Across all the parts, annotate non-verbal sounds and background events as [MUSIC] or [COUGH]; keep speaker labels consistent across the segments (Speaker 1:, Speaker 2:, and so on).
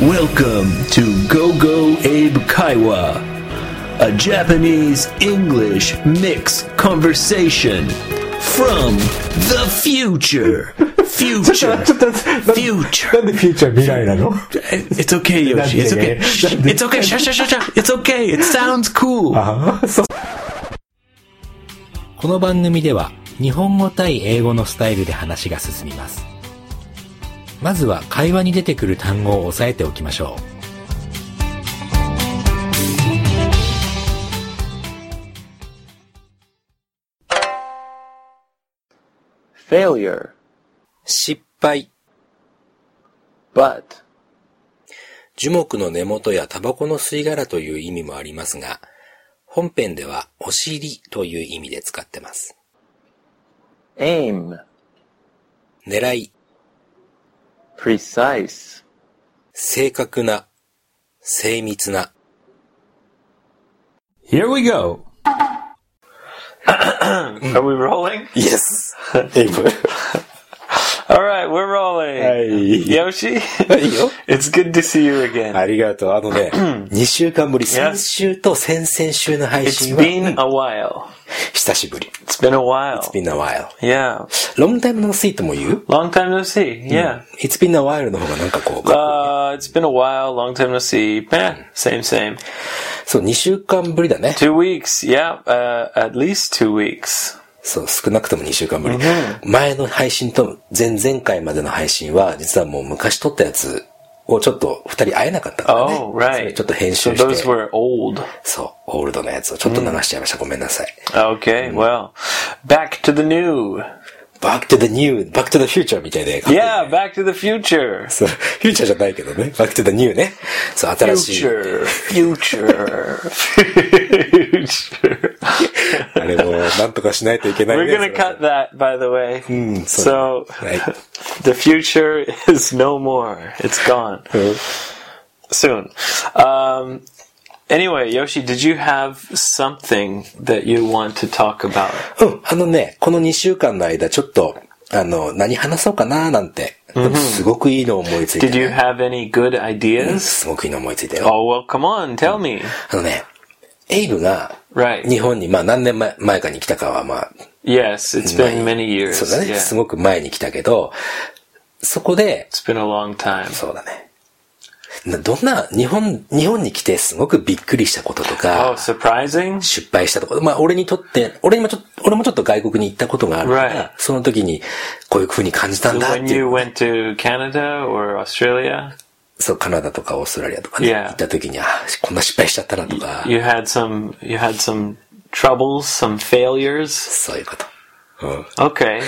Speaker 1: Welcome to Gogo Abe Kaiwa, a Japanese English mix conversation from the future.
Speaker 2: ちょっ
Speaker 1: Future.
Speaker 2: と待って、ちょっと
Speaker 1: Future.
Speaker 2: なんでなんでフューチャー未来な
Speaker 3: [LAUGHS]
Speaker 2: の
Speaker 1: It's okay, Yoshi. It's okay. Shh, It's okay. Shh, shh, shh, shh. It's okay. It sounds cool.
Speaker 2: ああ、そう。
Speaker 4: この番組では日本語対英語のスタイルで話が進みます。まずは会話に出てくる単語を押さえておきましょ
Speaker 5: failure,
Speaker 4: 失敗。
Speaker 5: but,
Speaker 4: 樹木の根元やタバコの吸い殻という意味もありますが、本編ではお尻という意味で使ってます。
Speaker 5: aim,
Speaker 4: 狙い、
Speaker 5: precise,
Speaker 4: 正確な、精密な。
Speaker 1: Here we go.
Speaker 3: Are we rolling? [LAUGHS]
Speaker 4: Yes! エイブ。
Speaker 3: All right, we're rolling. Yoshi, it's good to see you again.
Speaker 4: ありがとう。あのね、2週間ぶり、
Speaker 3: Yes.
Speaker 4: 先週と先々週の配
Speaker 3: It's
Speaker 4: 信は
Speaker 3: been a while.
Speaker 4: 久しぶり。
Speaker 3: It's been a while.
Speaker 4: It's been a while.
Speaker 3: Yeah.
Speaker 4: Long time no see とも言う
Speaker 3: Long time no see.
Speaker 4: Hmm.
Speaker 3: Yeah.
Speaker 4: It's been a while の方がなんかこう、
Speaker 3: Uh, it's been a while. Long time no see. Eh, same, same.
Speaker 4: そう、2週間ぶりだね。
Speaker 3: Two weeks. Yeah. Uh, at least two weeks.
Speaker 4: そう、少なくとも2週間ぶり。前の配信と前々回までの配信は、実はもう昔撮ったやつをちょっと2人会えなかったからね。
Speaker 3: Oh,
Speaker 4: それ
Speaker 3: right.
Speaker 4: ちょっと編
Speaker 3: So
Speaker 4: 集して、
Speaker 3: those were old.
Speaker 4: そう、オールドのやつをちょっと流しちゃいました。ごめんなさい。Hmm.
Speaker 3: Okay, well, back to the new.
Speaker 4: Back to the new, Back to the future みたいで。
Speaker 3: Yeah, back to the future.
Speaker 4: そう、フューチャーじゃないけどね。Back to the new ね。そう、新しい。
Speaker 3: Future. Future.
Speaker 4: [LAUGHS]
Speaker 3: Future.
Speaker 4: あれも、なんとかしないといけないね。
Speaker 3: We're
Speaker 4: そ
Speaker 3: gonna
Speaker 4: ろ
Speaker 3: cut that, by the way.
Speaker 4: Hmm,
Speaker 3: so
Speaker 4: そろはい。
Speaker 3: the future is no more. It's gone soon. Um, anyway, Yoshi, did you have something that you want to talk about?
Speaker 4: うん、あのね、この2週間の間、ちょっと、あの、何話そうかななんて、すごくいいの思いついて、
Speaker 3: Did you have any good
Speaker 4: うん
Speaker 3: ideas?
Speaker 4: すごくいいの思いついたよ。
Speaker 3: Oh well, come on, tell me.
Speaker 4: あのね、エイブが、
Speaker 3: Right.
Speaker 4: 日本に、まあ何年前前かに来たかは、まあ、
Speaker 3: Yes, it's been many
Speaker 4: そう
Speaker 3: years.
Speaker 4: だね、
Speaker 3: Yeah,
Speaker 4: すごく前に来たけど、そこで、
Speaker 3: it's been a long time.
Speaker 4: そうだね。などんな、日本、日本に来てすごくびっくりしたこととか、
Speaker 3: Oh, surprising?
Speaker 4: 失敗したところ、まあ俺にとって、俺にもちょっと、俺もちょっと外国に行ったことがあるから、
Speaker 3: Right.
Speaker 4: その時に、こういう風に感じたんだってい
Speaker 3: When
Speaker 4: う。
Speaker 3: you went to Canada or Australia,
Speaker 4: そう、カナダとかオーストラリアとかね、
Speaker 3: Yeah.
Speaker 4: 行った時に、あ、こんな失敗しちゃったなとか、
Speaker 3: you had some you had some troubles, some failures.
Speaker 4: そういうこと。うん。
Speaker 3: Okay.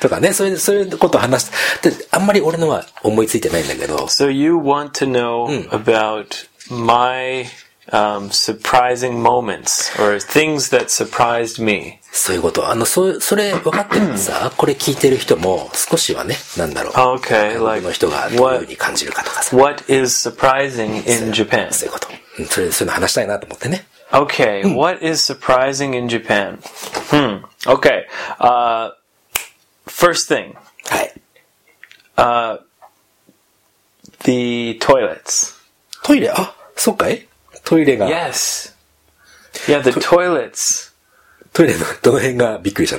Speaker 4: とかね、そういう、そういうことを話す。で、あんまり俺のは思いついてないんだけど、
Speaker 3: So you want to know about my um, surprising moments or things that surprised me.
Speaker 4: そういうこと。あの、そう、それ分かってるさ、これ聞いてる人も少しはね、なんだろう。
Speaker 3: Okay,
Speaker 4: 外
Speaker 3: like
Speaker 4: 国の人がどういうふう
Speaker 3: what
Speaker 4: に感じるかとかさ。
Speaker 3: what is surprising in Japan?
Speaker 4: そういうこと。うんそれ、そういうの話したいなと思ってね。
Speaker 3: Okay, what is surprising in Japan? Hmm. Okay. Uh, first thing,
Speaker 4: はい。
Speaker 3: the toilets.
Speaker 4: トイレ、あ、そうかいトイレが、
Speaker 3: Yes. Yeah, the toilets.
Speaker 4: トイレのどの辺がびっくりした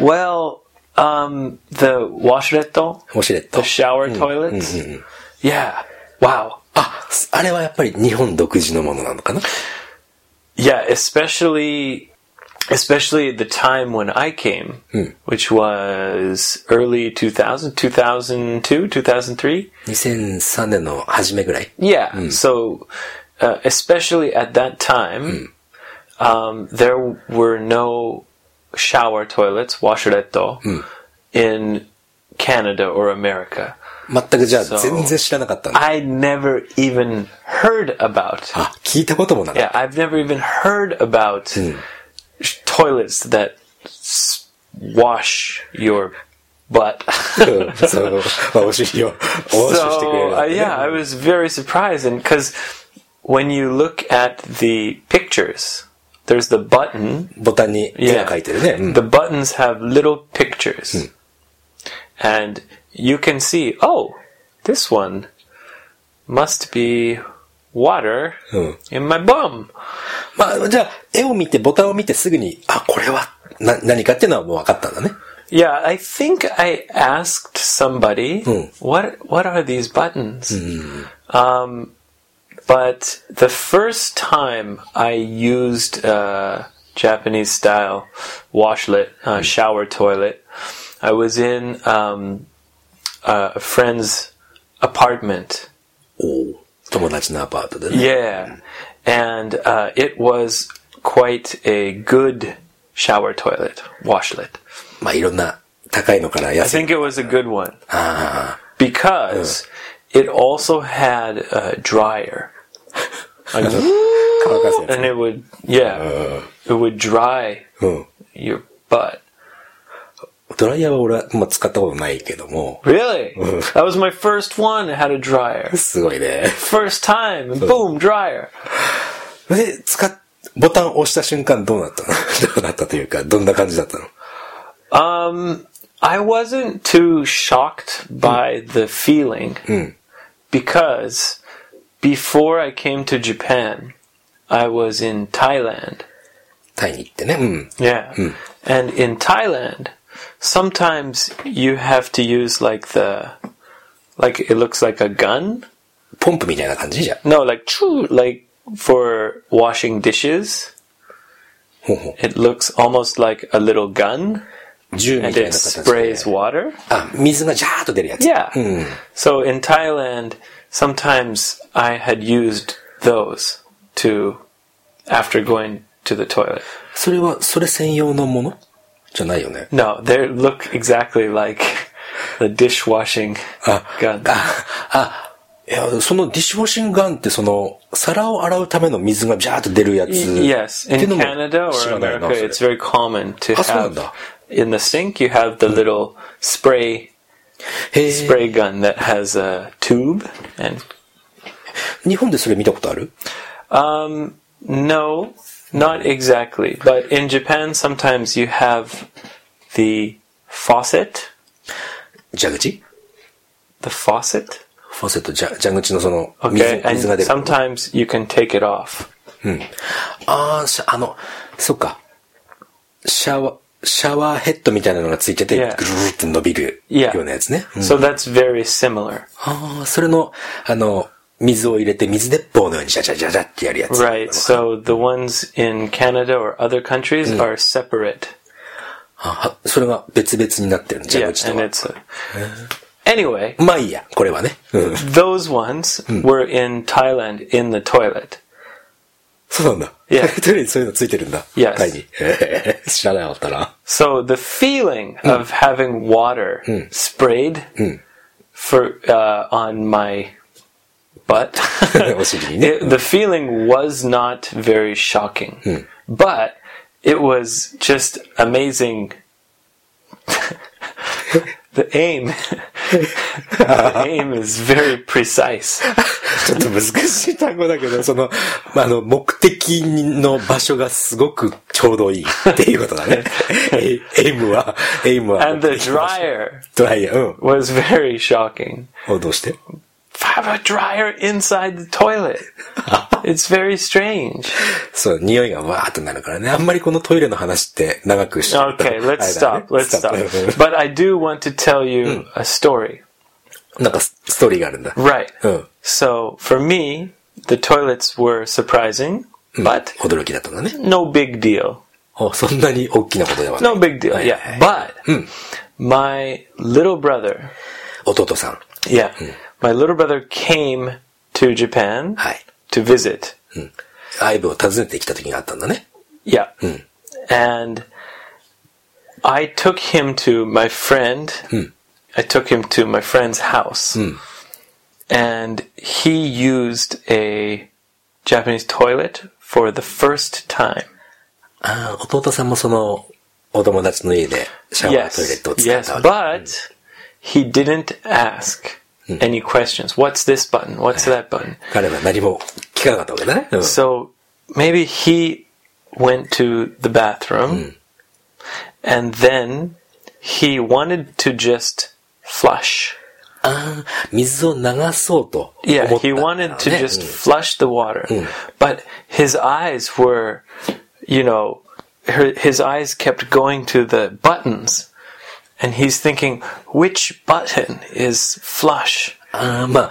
Speaker 4: の
Speaker 3: Well, um, the washretto,
Speaker 4: ウォシュレット
Speaker 3: the。shower toilets. Yeah. Wow.
Speaker 4: あ、あれはやっぱり日本独自のものなのかな
Speaker 3: Yeah, especially, especially at the time when I came, which was early 2000, 2002, 2003.
Speaker 4: 2003年の初めぐらい。
Speaker 3: Yeah. Hmm. So, uh, especially at that time, um, there were no shower toilets, washretto, in Canada or America.
Speaker 4: 全くじゃあ
Speaker 3: そう
Speaker 4: 全然知らなかったんだ。
Speaker 3: I never even heard about.
Speaker 4: あ、聞いたこともなかっ
Speaker 3: Yeah, I've never even heard about sh- toilets that s- wash your butt.
Speaker 4: た。うんそう、まあお尻を、おししてくれる
Speaker 3: so
Speaker 4: な
Speaker 3: uh,
Speaker 4: んてね
Speaker 3: yeah, I was very surprised, and because when you look at the pictures, there's the button.
Speaker 4: ボタンに絵が書いてるね。うん
Speaker 3: The buttons have little pictures, and you can see. Oh, this one must be water
Speaker 4: Hmm.
Speaker 3: in my bum.
Speaker 4: まあ、じゃあ、絵を見て、ボタンを見てすぐに、あ、これは、な、何かっていうのはもう分かったんだね。
Speaker 3: Yeah, I think I asked somebody
Speaker 4: Hmm.
Speaker 3: what what are these buttons. Um, but the first time I used uh, Japanese style washlet uh, shower toilet, I was in um, uh, a friend's apartment.
Speaker 4: おう友達のアパートでね。
Speaker 3: Yeah, and uh, it was quite a good shower toilet washlet.
Speaker 4: まあ、いろんな、高いのから
Speaker 3: I
Speaker 4: 安い。
Speaker 3: think it was a good one.
Speaker 4: あ
Speaker 3: because it also had a dryer
Speaker 4: あ、乾かすや
Speaker 3: and it would yeah it would dry
Speaker 4: つ。うん。
Speaker 3: your butt
Speaker 4: ドライヤーは俺は、まあ、使ったことないけども、
Speaker 3: really that was my first one that had a dryer
Speaker 4: すごいね。
Speaker 3: first time and boom dryer
Speaker 4: で、使っ、ボタンを押した瞬間どうなったの [LAUGHS] どうなったというか、どんな感じだったの
Speaker 3: um i wasn't too shocked by the feeling because before i came to japan i was in thailand
Speaker 4: タイに行ってね。うん。
Speaker 3: Yeah. And in Thailand, sometimes you have to use like the like it looks like a gun.
Speaker 4: ポンプみたいな感じじゃん。
Speaker 3: No, like true like for washing dishes.
Speaker 4: ほうほ
Speaker 3: It looks almost like a little gun
Speaker 4: う。銃みたい
Speaker 3: and
Speaker 4: な
Speaker 3: it
Speaker 4: 形で
Speaker 3: sprays。water.
Speaker 4: あ、水がジャーッと出るやつ。
Speaker 3: Yeah.
Speaker 4: うん。
Speaker 3: So in Thailand, sometimes I had used those to after going to the toilet.
Speaker 4: それは、それ専用のものじゃないよね。
Speaker 3: No, they look exactly like the dishwashing gun.
Speaker 4: あ、あ、いや、そのディッシュウォッシングガンってその、皿を洗うための水がジャーッと出るやつ。
Speaker 3: Yes,
Speaker 4: っていう
Speaker 3: in
Speaker 4: のも
Speaker 3: Canada
Speaker 4: 知
Speaker 3: or
Speaker 4: らないな
Speaker 3: America,
Speaker 4: それ
Speaker 3: it's very common to
Speaker 4: あ、そうなんだ。
Speaker 3: have in the sink. You have the little spray
Speaker 4: へー
Speaker 3: spray gun that has a tube, and
Speaker 4: 日本でそれ見たことある
Speaker 3: um, no, not exactly. But in Japan, sometimes you have the faucet,
Speaker 4: 蛇口
Speaker 3: the faucet.
Speaker 4: フォセット蛇蛇口のその水、
Speaker 3: Okay,
Speaker 4: 水が出る。
Speaker 3: and sometimes you can take it off.
Speaker 4: ああ、しゃあの、そっか。シャワー、シャワーヘッドみたいなのがついてて、ぐる
Speaker 3: Yeah.
Speaker 4: ーって伸びるよ
Speaker 3: Yeah.
Speaker 4: うなやつね。うん
Speaker 3: So that's very similar.
Speaker 4: ああ、それの、あの、水を入れて水鉄砲のようにジャジャジャジャってやるやつ。
Speaker 3: Right, Mm. so the ones in Canada or other countries are separate.
Speaker 4: あそれが別々になってるの、蛇
Speaker 3: Yeah,
Speaker 4: 口と
Speaker 3: and
Speaker 4: は。
Speaker 3: it's a, anyway.
Speaker 4: まあいいや、これはね。うん。
Speaker 3: Those ones were in Thailand in the toilet.
Speaker 4: そうなんだ。
Speaker 3: いや
Speaker 4: テレビそういうのついてるんだ。
Speaker 3: Yes.
Speaker 4: タイに。 [LAUGHS] へー知らなかったな。
Speaker 3: So the feeling of having water sprayed for uh, on my butt,
Speaker 4: お尻にね。
Speaker 3: [LAUGHS] it, the feeling was not very shocking, but it was just amazing. [LAUGHS] the aim, [LAUGHS] the aim is very precise.
Speaker 4: [LAUGHS] ちょっと難しい単語だけど、 [LAUGHS] その、まあ、あの、目的の場所がすごくちょうどいいっていうことだ [LAUGHS] ね。エイエイムは、エイムは。[LAUGHS]
Speaker 3: And the dryer
Speaker 4: ドライヤー、うん。
Speaker 3: was very shocking.
Speaker 4: おどうして
Speaker 3: have a dryer inside the toilet. it's very strange.
Speaker 4: そう、匂いがわーっとなるからね。あんまりこのトイレの話って長くしちゃうと [LAUGHS]
Speaker 3: Okay, let's
Speaker 4: あれ
Speaker 3: stop.
Speaker 4: だね
Speaker 3: Let's
Speaker 4: う
Speaker 3: stop.
Speaker 4: ん [LAUGHS]
Speaker 3: But I do want to tell you a story.
Speaker 4: なんかスストーリーがあるんだ。
Speaker 3: Right.
Speaker 4: Oh.
Speaker 3: So for me, the toilets were surprising,
Speaker 4: Hmm.
Speaker 3: but
Speaker 4: 驚きだったんだね。
Speaker 3: no big deal.
Speaker 4: おそんなに大きなことではない。
Speaker 3: No big deal. Yeah. But my little brother,
Speaker 4: 弟さん。
Speaker 3: yeah, my little brother came to Japan
Speaker 4: はい。
Speaker 3: to visit.
Speaker 4: 愛部を訪ねてきた時があったんだね。
Speaker 3: Yeah. And I took him to my friend. I took him to my friend's house. And he used a Japanese toilet for the first time.
Speaker 4: ああ、弟さんもその、お友達の家でシャワー、トイレッ
Speaker 3: Yes.
Speaker 4: トを使っ
Speaker 3: Yes,
Speaker 4: たわけ。
Speaker 3: but he didn't ask any questions. What's this button? What's that button?
Speaker 4: 彼は何も聞かなかったわけだね。うん
Speaker 3: So maybe he went to the bathroom and then he wanted to just flush.
Speaker 4: あー水を流そうと思ったんだろうね。
Speaker 3: Yeah, Hmm. he wanted to just flush the water,
Speaker 4: Mm.
Speaker 3: but his eyes were, you know, her, his eyes kept going to the buttons, and he's thinking, which button is flush?
Speaker 4: あーまあ、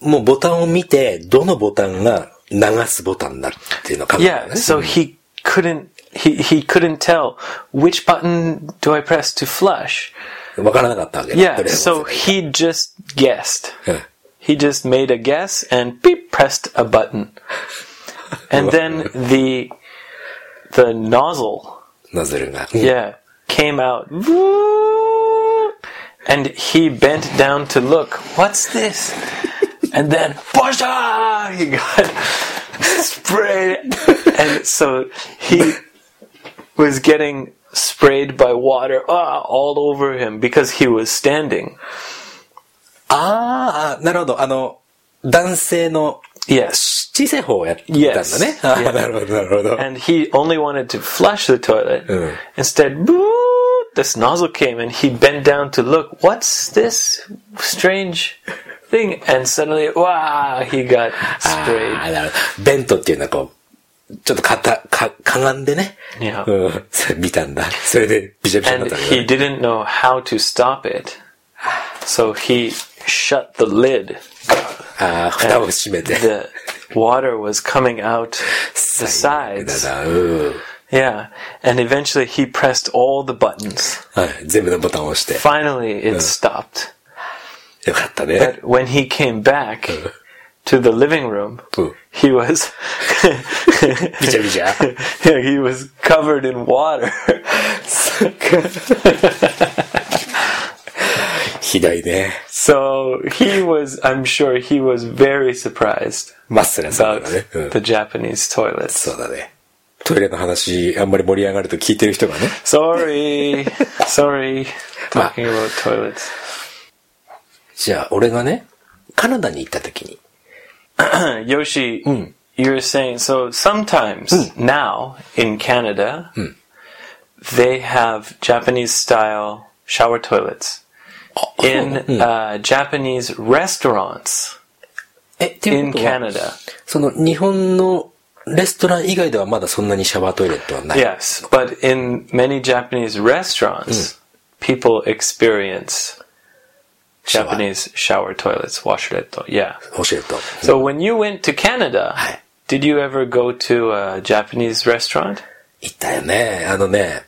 Speaker 4: もうボタンを見て、どのボタンが流すボタンになるっていうのを考えた
Speaker 3: Yeah,
Speaker 4: ね。
Speaker 3: so he couldn't he he couldn't tell which button do I press to flush.
Speaker 4: わからなかったわけだ。ど
Speaker 3: Yeah,
Speaker 4: れが
Speaker 3: so
Speaker 4: ボタン
Speaker 3: he just guessed.
Speaker 4: うん
Speaker 3: He just made a guess and beep pressed a button. And then the the nozzle
Speaker 4: ノズルが。うん
Speaker 3: yeah came out and he bent down to look, what's this? And then Basha he got [LAUGHS] sprayed and so he was getting sprayed by water ah, all over him because he was standing.
Speaker 4: あーあー、なるほど。あの、男性の
Speaker 3: Yes.
Speaker 4: 小さい方をやったんだね。
Speaker 3: Yes.
Speaker 4: あーなるほど、なるほど。
Speaker 3: and he only wanted to flush the toilet.
Speaker 4: Mm.
Speaker 3: Instead, boo, this nozzle came and he bent down to look. What's this strange thing? And suddenly, wow, he got
Speaker 4: あ
Speaker 3: sprayed.
Speaker 4: ーなるほど。ベントっていうのはこう、ちょっとかた、か、かがんでね。
Speaker 3: Yeah.
Speaker 4: うん。それ見たんだ。それで、びしゃびしゃになっ
Speaker 3: And
Speaker 4: たんだ、ね。
Speaker 3: he didn't know how to stop it. So he shut the lid.
Speaker 4: ああ、蓋を閉めて。
Speaker 3: The water was coming out the
Speaker 4: だ
Speaker 3: sides.
Speaker 4: な、うん。
Speaker 3: Yeah. And eventually he pressed all the buttons.
Speaker 4: はい。全部のボタンを押して。
Speaker 3: Finally, it stopped.
Speaker 4: よかったね。
Speaker 3: But when he came back to the living room,
Speaker 4: Ooh.
Speaker 3: he was [LAUGHS]
Speaker 4: びちゃびちゃ。
Speaker 3: yeah, he was covered in water. [LAUGHS]
Speaker 4: ひどいね。
Speaker 3: so he was, I'm sure, he was very surprised
Speaker 4: マッスラさん
Speaker 3: about
Speaker 4: だね。うん
Speaker 3: the Japanese toilets.
Speaker 4: そうだね。トイレの話、あんまり盛り上がると聞いてる人がね。
Speaker 3: Sorry, sorry,
Speaker 4: Ma.
Speaker 3: talking about toilets.
Speaker 4: じゃあ、俺がね、カナダに行った時に。
Speaker 3: Yoshi, you're saying so sometimes now in Canada they have Japanese style shower toilets in uh, Japanese restaurants
Speaker 4: え、ってい
Speaker 3: in
Speaker 4: うことは、
Speaker 3: Canada.
Speaker 4: その日本のレストラン以外ではまだそんなにシャワートイレットはない。
Speaker 3: Yes, but in many Japanese restaurants people experience
Speaker 4: Shower.
Speaker 3: Japanese shower Hmm. toilets, washeretto. Yeah.
Speaker 4: 教えると。
Speaker 3: So when you went to Canada,
Speaker 4: Hi.
Speaker 3: did you ever go to a Japanese restaurant?
Speaker 4: 行ったよね。あのね、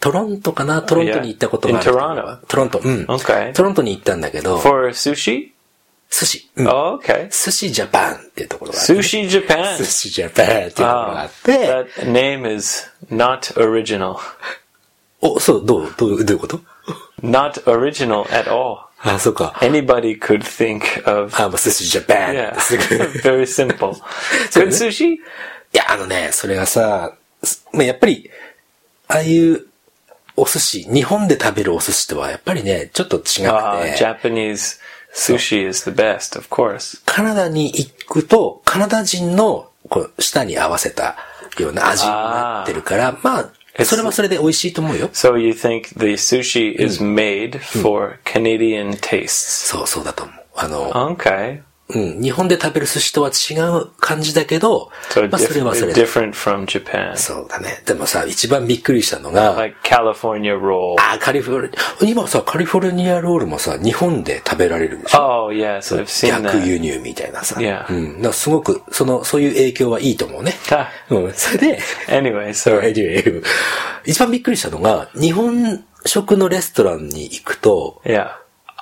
Speaker 4: トロントかなトロントに行ったことがある。
Speaker 3: In Toronto.
Speaker 4: トロント。うん。
Speaker 3: Okay.
Speaker 4: トロントに行ったんだけど、
Speaker 3: For sushi?
Speaker 4: 寿司。うん
Speaker 3: Oh, okay.
Speaker 4: 寿司ジャパンっていうところがあって。
Speaker 3: Sushi Japan.
Speaker 4: 寿司ジャパンっていうところがあ
Speaker 3: Wow,
Speaker 4: って、
Speaker 3: that name is not original.
Speaker 4: お、そう、どう、どう、どういうこと
Speaker 3: Not original at all.
Speaker 4: あ、そうか。
Speaker 3: Anybody could think of.
Speaker 4: あ、もう寿司ジャパン
Speaker 3: [LAUGHS]
Speaker 4: っ
Speaker 3: Yeah,
Speaker 4: てすぐ。い
Speaker 3: very simple. Good sushi?
Speaker 4: や、あのね、それがさ、すまあ、やっぱり、ああいうお寿司、日本で食べるお寿司とはやっぱりね、ちょっと違くて、
Speaker 3: Ah, Japanese sushi is the best, of course.
Speaker 4: カナダに行くと、カナダ人のこう舌に合わせたような味になってるから、まあ、それはそれで美味しいと思うよ。
Speaker 3: So you think the sushi is made for Canadian tastes?
Speaker 4: そう、そうだと思う。あの、
Speaker 3: Okay,
Speaker 4: うん、日本で食べる寿司とは違う感じだけど
Speaker 3: so、
Speaker 4: まあ、それはそ
Speaker 3: diff-
Speaker 4: れで。
Speaker 3: different from Japan,
Speaker 4: そうだね。でもさ、一番びっくりしたのが、
Speaker 3: like California roll.
Speaker 4: あー、カリフォルニア、今さ、カリフォルニアロールもさ、日本で食べられるでしょ
Speaker 3: Oh yes, I've seen
Speaker 4: 逆
Speaker 3: that.
Speaker 4: 輸入みたいなさ。
Speaker 3: Yeah.
Speaker 4: うん。だからすごく、その、そういう影響はいいと思うね。
Speaker 3: Ah,
Speaker 4: うん。それで、
Speaker 3: [LAUGHS] Anyway,
Speaker 4: そう
Speaker 3: so
Speaker 4: anyway 一番びっくりしたのが、日本食のレストランに行くと、
Speaker 3: yeah,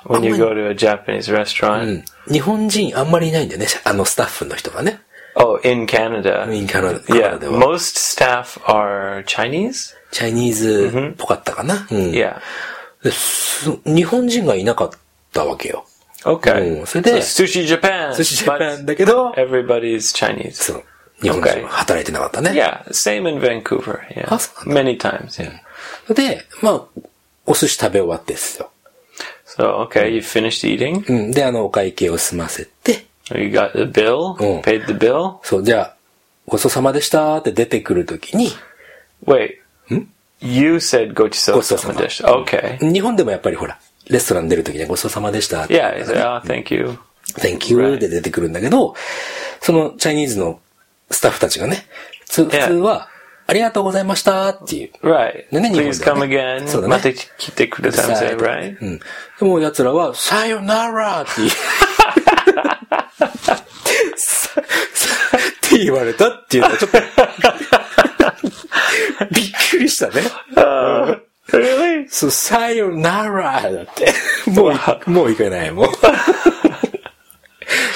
Speaker 3: when you go to a Japanese restaurant,
Speaker 4: うん日本人あんまりいないんだよね。あの、スタッフの人がね。
Speaker 3: oh, in Canada,
Speaker 4: インカナダカナ
Speaker 3: yeah,
Speaker 4: ダでは。
Speaker 3: most staff are Chinese.
Speaker 4: チャイニーズっぽかったかな。うん
Speaker 3: Yeah,
Speaker 4: です日本人がいなかったわけよ。
Speaker 3: okay.
Speaker 4: うん、それで、
Speaker 3: Oh, So sushi Japan,
Speaker 4: 寿司ジャパ
Speaker 3: but
Speaker 4: ンだけど、
Speaker 3: everybody's Chinese.
Speaker 4: そう。日本人は働いてなかったね。
Speaker 3: Yeah, same in Vancouver. Yeah,
Speaker 4: Ah, so-
Speaker 3: many times. Yeah.
Speaker 4: で、まあ、お寿司食べ終わってですよ。
Speaker 3: So okay, you finished eating,
Speaker 4: うん。で、あの、お会計を済ませて、
Speaker 3: you got the bill,
Speaker 4: Oh.
Speaker 3: paid the bill.
Speaker 4: そう、じゃあ、ごちそうさまでしたって出てくるときに、
Speaker 3: Wait, you said gochiso
Speaker 4: Gochisousama.
Speaker 3: sama dish. Okay,
Speaker 4: 日本でもやっぱりほら、レストラン出るときにはごちそうさまでしたって。
Speaker 3: Yeah, he's like, oh, thank you.
Speaker 4: Thank you で出てくるんだけど、そのチャイニーズのスタッフたちがね、つ普通は、ありがとうございましたっていう。
Speaker 3: Right.
Speaker 4: ね、ね、
Speaker 3: Please
Speaker 4: 日本
Speaker 3: come
Speaker 4: 語でね
Speaker 3: again.
Speaker 4: そうだね。
Speaker 3: また来てください、right?
Speaker 4: うん。でも奴らは、さよならって言う。ささって言われたっていうのはちょっと、びっくりしたね。
Speaker 3: Really?
Speaker 4: そう、さよならだ [LAUGHS] って。もう、もう行かない、もう。っ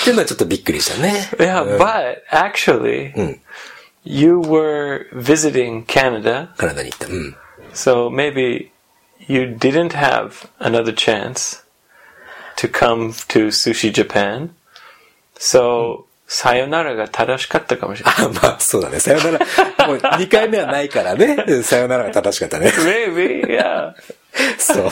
Speaker 4: ていうのはちょっとびっくりしたね。
Speaker 3: Yeah, Hmm. but actually, you were visiting Canada,
Speaker 4: カナダに行った。うん。 [LAUGHS]
Speaker 3: so maybe you didn't have another chance to come to Sushi Japan. So, さよならが正しかったかもしれない。
Speaker 4: あまあ、そうだね。さよなら。もう2回目はないからね。うんさよならが正しかった [LAUGHS] ね。
Speaker 3: [LAUGHS] Maybe, yeah.
Speaker 4: そう。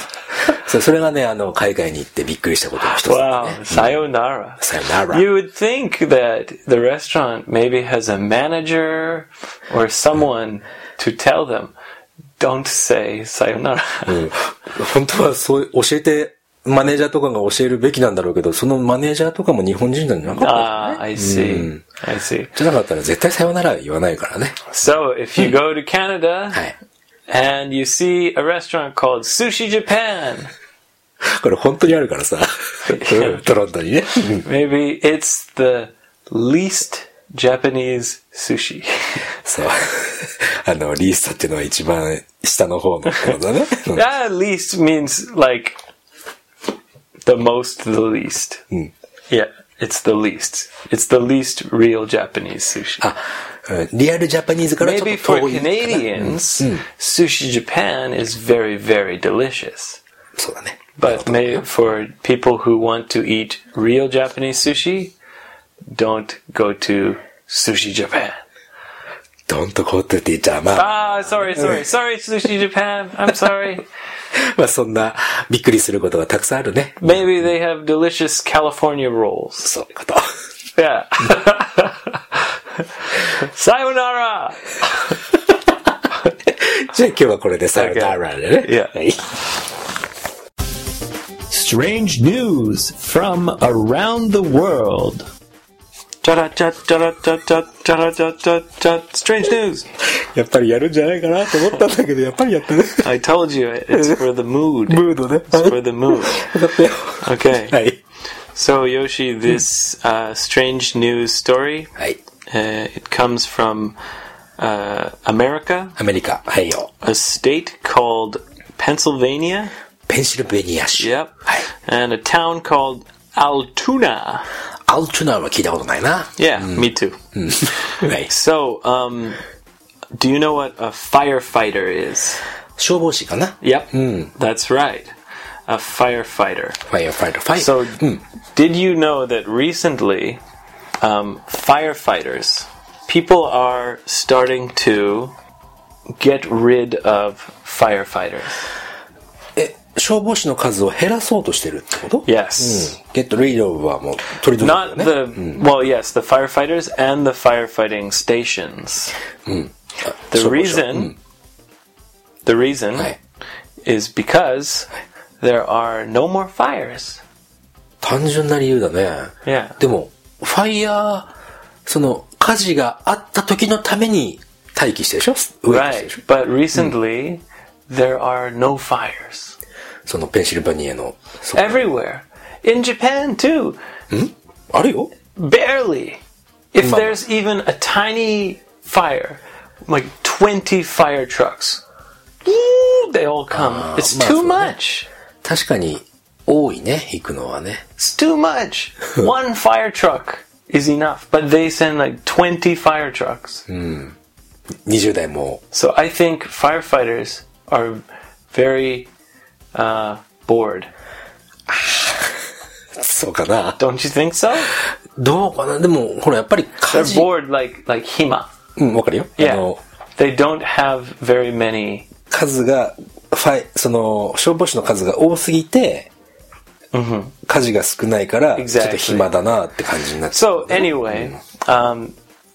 Speaker 4: そう、それがね、あの、海外に行ってびっくりしたことの一つだ
Speaker 3: Wow,
Speaker 4: ね。
Speaker 3: sayonara.
Speaker 4: さよなら。
Speaker 3: You would think that the restaurant maybe has a manager or someone to tell them, don't say sayonara. [LAUGHS]
Speaker 4: 本当はそう、教えて、マネージャーとかが教えるべきなんだろうけど、そのマネージャーとかも日本人じゃなかった。
Speaker 3: Ah, I see. I see.
Speaker 4: じゃなかったら絶対さよならは言わないからね。
Speaker 3: So if you go to Canada
Speaker 4: はい。
Speaker 3: and you see a restaurant called Sushi Japan,
Speaker 4: これ本当にあるからさ。うんトロントにね。
Speaker 3: maybe it's the least Japanese sushi.
Speaker 4: そう。 [LAUGHS] あの、リースタっていうのは一番下の方のこと
Speaker 3: [LAUGHS]
Speaker 4: だね。うん
Speaker 3: At least means like the most, the least. Yeah, it's the least. It's the least real Japanese sushi.
Speaker 4: あ、うんリアルジャパニーズからちょっ
Speaker 3: Maybe
Speaker 4: と
Speaker 3: for
Speaker 4: 遠いかな。
Speaker 3: Canadians, sushi Japan is very, very delicious.
Speaker 4: そうだね。
Speaker 3: But may, for people who want to eat real Japanese sushi, don't go to Sushi Japan.
Speaker 4: ドンとこうって言っちゃう。まあ、
Speaker 3: Ah, sorry, [LAUGHS] sorry, sorry, Sushi Japan. I'm sorry.
Speaker 4: まあそんなびっくりすることがたくさんあるね。
Speaker 3: Maybe they have delicious California rolls.
Speaker 4: そういうこと。 [LAUGHS]
Speaker 3: Yeah. [LAUGHS] Sayonara!
Speaker 4: じゃあ今日はこれでさよならでね。
Speaker 3: Yeah.
Speaker 4: はい
Speaker 2: Strange news from around the world.
Speaker 3: Ta-da-ta, ta-da-ta, ta-da-ta, ta-da-ta. Strange news!
Speaker 4: やっぱりやるんじゃないかなと思ったんだけど、やっぱりやったね。
Speaker 3: I told you, it's for the mood.
Speaker 4: ムードね。
Speaker 3: It's for the mood.
Speaker 4: だってよ
Speaker 3: Okay.
Speaker 4: はい。
Speaker 3: So, Yoshi, this uh, strange news story,
Speaker 4: はい。
Speaker 3: uh, it comes from uh, America,
Speaker 4: アメリカ。はいよ。
Speaker 3: a state called Pennsylvania.
Speaker 4: ペンシルベニア州。
Speaker 3: Yep. And a town called Altoona.
Speaker 4: アウトゥナーは聞いたことないな。
Speaker 3: Yeah, me too.
Speaker 4: はい。
Speaker 3: So, um, do you know what a firefighter is?
Speaker 4: 消防士かな。
Speaker 3: Yep, that's right. A firefighter.
Speaker 4: ファイアファイト、ファイア。
Speaker 3: So, did you know that recently, um, firefighters, people are starting to get rid of firefighters?
Speaker 4: え、消防士の数を減らそうとしてるってこと
Speaker 3: Yes.
Speaker 4: ゲットリードはもう取り除く
Speaker 3: Not
Speaker 4: ね。
Speaker 3: the, well, yes, the firefighters and the firefighting stations.
Speaker 4: あ消
Speaker 3: The
Speaker 4: 防署
Speaker 3: reason, the reason
Speaker 4: はい。
Speaker 3: is because there are no more fires.
Speaker 4: 単純な理由だね。
Speaker 3: Yeah.
Speaker 4: でも、ファイヤー、その、火事があった時のために待機してるでしょ上にしてる
Speaker 3: Right.
Speaker 4: でしょ
Speaker 3: But recently, there are no fires
Speaker 4: そのペンシルバニアの。そう
Speaker 3: everywhere. In Japan, too.
Speaker 4: あるよ
Speaker 3: Barely. If
Speaker 4: Mama.
Speaker 3: there's even a tiny fire, like 20 fire trucks, ooh, they all come. It's
Speaker 4: mama,
Speaker 3: too
Speaker 4: yeah.
Speaker 3: much.
Speaker 4: 確かに、多いね、行くのはね。
Speaker 3: It's too much. One fire truck is enough, but they send like 20 fire trucks.
Speaker 4: 20代も
Speaker 3: So I think firefighters are very uh, bored.
Speaker 4: そうかな。
Speaker 3: Don't you think so?
Speaker 4: どうかなでも、ほら、やっぱり火
Speaker 3: They're
Speaker 4: 事。
Speaker 3: bored like like Hima.
Speaker 4: うん、わかるよ。あの、
Speaker 3: They don't have very many.
Speaker 4: 数が、ファイ、その、消防士の数が多すぎて、火事が少ないから、
Speaker 3: Exactly.
Speaker 4: ちょっと暇だなって感じになっちゃう。
Speaker 3: So anyway, um,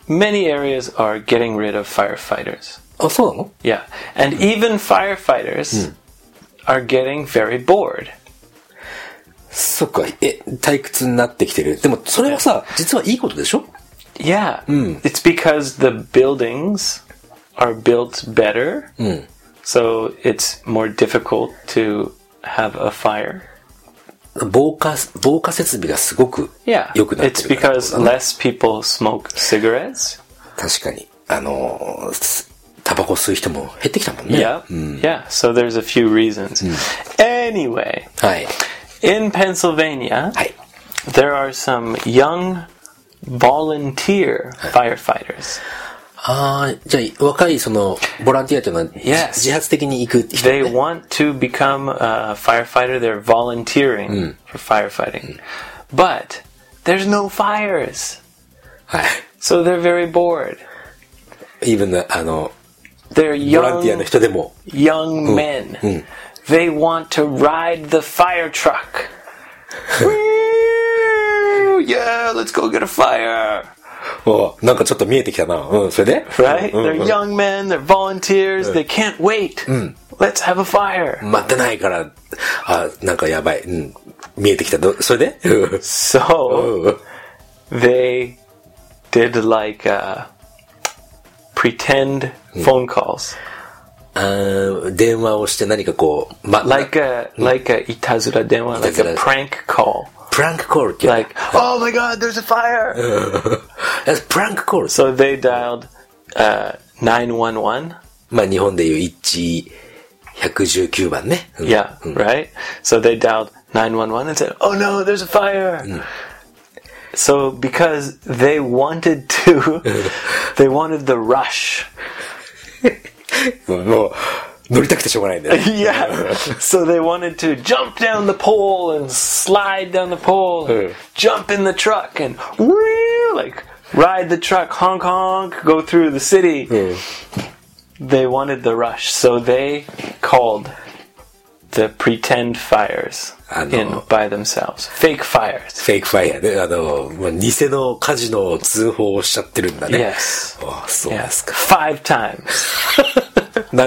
Speaker 3: many areas are getting rid of firefighters.
Speaker 4: あ、そうなの
Speaker 3: Yeah, and even firefighters are getting very bored.
Speaker 4: そっか、え、退屈になってきてる。でも、それはさ、実はいいことでしょ
Speaker 3: Yeah. It's because the buildings are built better. So it's more difficult to have a fire.
Speaker 4: 防火、防火設備がすごく
Speaker 3: Yeah.
Speaker 4: 良くなって
Speaker 3: It's
Speaker 4: るからってこ
Speaker 3: because
Speaker 4: とだね
Speaker 3: less people smoke cigarettes.
Speaker 4: 確かに。あのー、すタバコ吸う人も減ってきたもんね。
Speaker 3: Yeah. Yeah. So there's a few reasons. Anyway,
Speaker 4: はい。
Speaker 3: in Pennsylvania,
Speaker 4: はい。
Speaker 3: there are some young volunteer firefighters.
Speaker 4: ああ、じゃあ、若い、その、ボランティアというのは、
Speaker 3: Yes.
Speaker 4: 自発的に行く人、
Speaker 3: They
Speaker 4: ね。
Speaker 3: want to become a firefighter. They're volunteering for firefighting. But there's no fires.
Speaker 4: はい。
Speaker 3: So they're very bored.
Speaker 4: イーブンな、あの、
Speaker 3: They're
Speaker 4: ボランティア
Speaker 3: young
Speaker 4: の人でも、
Speaker 3: young men. They want to ride the fire truck. yeah, let's go get a fire.
Speaker 4: おなんかちょっと見えてきたな。うん、それで
Speaker 3: Right?
Speaker 4: うん
Speaker 3: They're
Speaker 4: うん
Speaker 3: young men, they're volunteers, they can't wait. Let's have a fire.
Speaker 4: 待ってないから、あ、なんかやばい。うん。見えてきた。どそれで
Speaker 3: [LAUGHS] So
Speaker 4: うん
Speaker 3: they did like uh, pretend phone calls.
Speaker 4: あー電話をして何かこう、ま、
Speaker 3: Like a like a itazura denwa, Hmm. like a
Speaker 4: Itazura.
Speaker 3: prank call.
Speaker 4: プランクコールっていうの
Speaker 3: Like, oh my god, there's a fire.
Speaker 4: あプランクコールそう
Speaker 3: So they dialed uh, 911.
Speaker 4: まあ日本でいう1119番ね。うん
Speaker 3: Yeah, right? So they dialed 911 and said, oh no, there's a fire. So because they wanted [LAUGHS] to, they wanted the rush.
Speaker 4: もうもう乗りたくてしょうがないんだよね。
Speaker 3: [LAUGHS] Yeah. so they wanted to jump down the pole and slide down the pole, and jump in the truck and whee, like ride the truck, honk honk, go through the city. They wanted the rush, so they called the pretend fires
Speaker 4: I know.
Speaker 3: in by themselves, fake fires.
Speaker 4: フェイクファイヤーで、あの、もう偽の火事の通報をしちゃってるんだね。
Speaker 3: Yes.
Speaker 4: あそうです
Speaker 3: Yes,
Speaker 4: か。
Speaker 3: five times.
Speaker 4: な、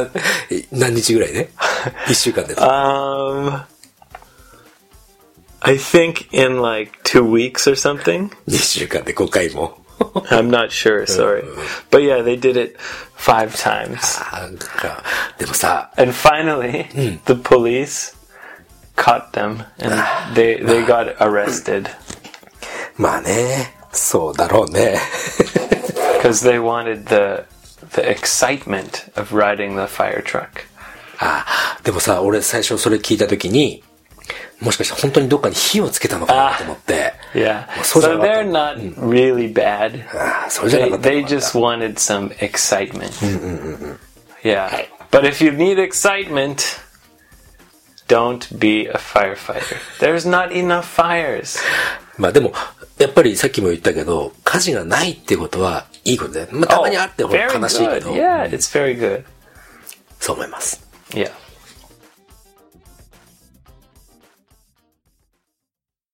Speaker 4: え何日ぐらいね ?1 週間で。
Speaker 3: Um, I think in like two weeks or something.
Speaker 4: 2週間で5回も。
Speaker 3: I'm not sure, sorry. But yeah, they did it five times.
Speaker 4: あなんか、でもさ、
Speaker 3: And finally, the police caught them and they they got arrested
Speaker 4: まあね、そうだろうね。
Speaker 3: because they wanted the the excitement of riding the fire truck.
Speaker 4: あでもさ、俺最初それ聞いたときに、もしかして本当にどっかに火をつけたのかなと思って。
Speaker 3: Yeah.
Speaker 4: so
Speaker 3: So
Speaker 4: they're not-
Speaker 3: they're not really bad.
Speaker 4: ああ、それじゃな
Speaker 3: They
Speaker 4: かったの
Speaker 3: they
Speaker 4: かな
Speaker 3: just wanted some excitement. Yeah. But if you need excitement, don't be a firefighter. There's not enough fires.
Speaker 4: まあでも、やっぱりさっきも言ったけど、火事がないってことはいいことだよ。まあたまにあってほら
Speaker 3: Oh, very
Speaker 4: 悲しいけ
Speaker 3: good.
Speaker 4: ど、
Speaker 3: Yeah, it's very good.
Speaker 4: そう思います。
Speaker 3: Yeah.